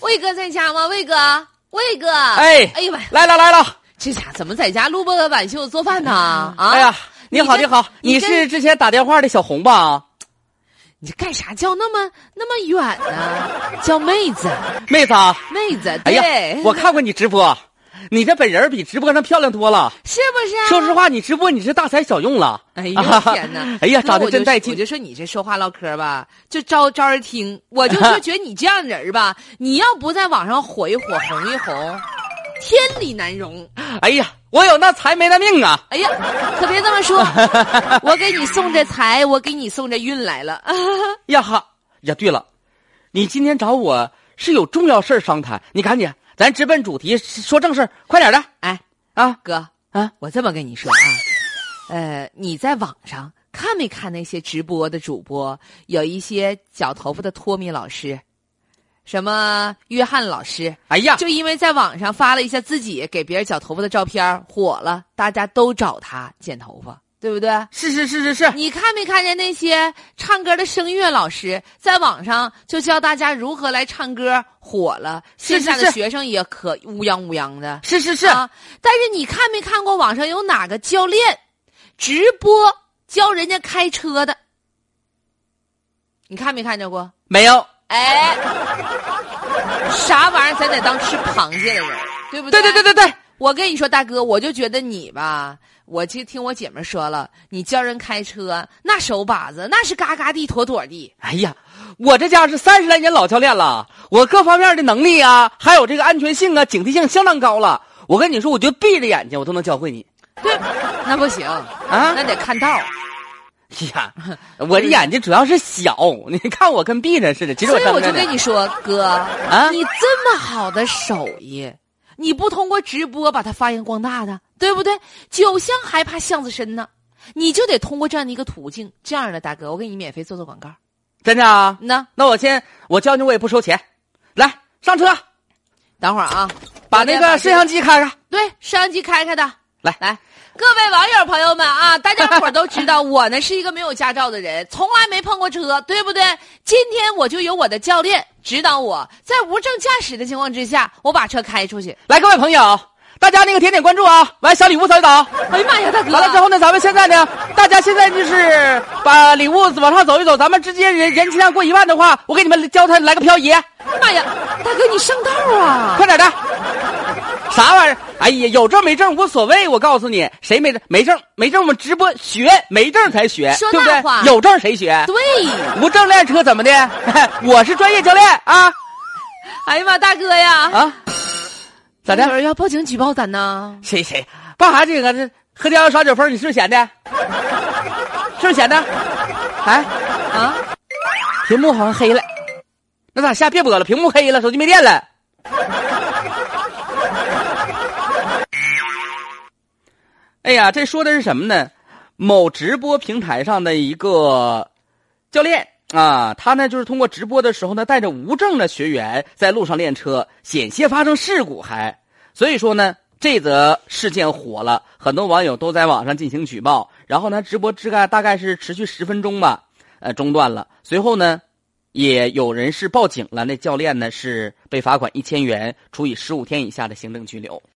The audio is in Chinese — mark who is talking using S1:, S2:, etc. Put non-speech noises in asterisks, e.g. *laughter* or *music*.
S1: 魏哥在家吗？魏哥，魏哥，
S2: 哎
S1: 哎呀妈呀，
S2: 来了来了，
S1: 这家怎么在家录播个晚秀做饭呢？啊，
S2: 哎呀，你好
S1: 你
S2: 你
S1: 这
S2: 好，
S1: 你
S2: 你
S1: 这
S2: 是之前打电话的小红吧？
S1: 你这干啥叫那么那么远呢、
S2: *laughs*
S1: 叫妹子，
S2: 妹子啊，
S1: 妹子，
S2: 哎
S1: 对，
S2: 呀，我看过你直播，你这本人比直播上漂亮多了。
S1: 是不是、啊？
S2: 说实，话，你直播你是大材小用了。！
S1: 哎呦天哪
S2: 哎呀，
S1: 那
S2: 长得
S1: 我就
S2: 真带
S1: 我
S2: 劲。
S1: 就说你这说话唠嗑吧，就招招人听。我就说觉得你这样人儿吧，你要不在网上火一火、红一红，天理难容。
S2: 哎呀，我有那财没那命啊！
S1: 哎呀，可别这么
S2: *laughs*
S1: 说，我给你送这财，我给你送这运来了。
S2: 呀哈，呀对了，你今天找我是有重要事儿商谈，你赶紧，咱直奔主题，说正事儿，快点的
S1: 哎，
S2: 啊！
S1: 哥
S2: 啊，
S1: 我这么跟你说啊，呃，你在网上看没看那些直播的主播？有一些绞头发的托米老师，什么约翰老师，
S2: 哎呀，
S1: 就因为在网上发了一下自己给别人绞头发的照片儿，火了，大家都找他剪头发，对不对？
S2: 是是是是是，
S1: 你看没看见那些唱歌的声乐老师在网上就教大家如何来唱歌，火了，线
S2: 是
S1: 下的
S2: 是
S1: 学生也可乌泱乌泱的。
S2: 是是是，
S1: 啊，但是你看没看过网上有哪个教练直播教人家开车的？你看没看见过？
S2: 没有，
S1: 哎， *laughs* 啥玩意儿？咱得当吃螃蟹的人，对不
S2: 对对
S1: 对
S2: 对对对，
S1: 我跟你说，大哥，我就觉得你吧，我就听我姐们儿说了，你教人开车那手把子那是嘎嘎地妥妥的。
S2: 哎呀，我这家是三十来年老教练了，我各方面的能力啊，还有这个安全性啊、警惕性相当高了。我跟你说，我就闭着眼睛，我都能教会你
S1: 对，那不行，
S2: 啊！
S1: 那得看道儿。
S2: 哎
S1: *laughs*
S2: 呀，我这眼睛主要是小，你看我跟闭着似的。其实
S1: 所
S2: 我
S1: 以
S2: 睁
S1: 我
S2: 着
S1: 就
S2: 呢
S1: 跟你说，哥，
S2: 啊
S1: 你这么好的手艺，你不通过直播把它发扬光大的，对不对？酒香还怕巷子深呢，你就得通过这样的一个途径。这样的大哥，我给你免费做做广告。
S2: 真的啊。
S1: 那
S2: 那我先，我教你，我也不收钱。来，上车，
S1: 等会儿啊，
S2: 把
S1: 我得
S2: 那个
S1: 这
S2: 摄像机开开。
S1: 对，摄像机开开的，
S2: 来
S1: 来，各位网友朋友们啊，大家伙儿都知道我呢是一个没有驾照的人，从来没碰过车，对不对？今天我就有我的教练指导我，在无证驾驶的情况之下，我把车开出去。
S2: 来，各位朋友，大家那个点点关注啊！完，小礼物扫一扫。
S1: 哎呀妈呀，大哥！
S2: 完了之后呢，咱们现在呢，大家现在就是把礼物往上走一走，咱们直接人人气量过一万的话，我给你们教他来个漂移，
S1: 妈呀，大哥你上道啊！
S2: 快点的。啥玩意儿？哎呀，有证没证无所谓，我告诉你，谁没证没证没证，我们直播学没证才学，
S1: 说
S2: 对不
S1: 大话
S2: 对？有证谁学？
S1: 对，
S2: 无证练车怎么的？ *laughs* 我是专业教练啊
S1: 哎呀妈，大哥呀，
S2: 啊！咋
S1: 有
S2: 的？
S1: 人要报警举报咱呢？
S2: 谁谁干啥这个？这喝家伙耍酒疯，你是不是闲的？是不是闲的？哎。
S1: 啊，
S2: 屏幕好像黑了，那咋下别播了？屏幕黑了，手机没电了。哎呀，这说的是什么呢？某直播平台上的一个教练啊，他呢就是通过直播的时候呢，带着无证的学员在路上练车，险些发生事故还，所以说呢。这则事件火了，很多网友都在网上进行举报。然后呢，直播大概大概是持续十分钟吧，呃中断了。随后呢，也有人是报警了，那教练呢是被罚款一千元，处以十五天以下的行政拘留。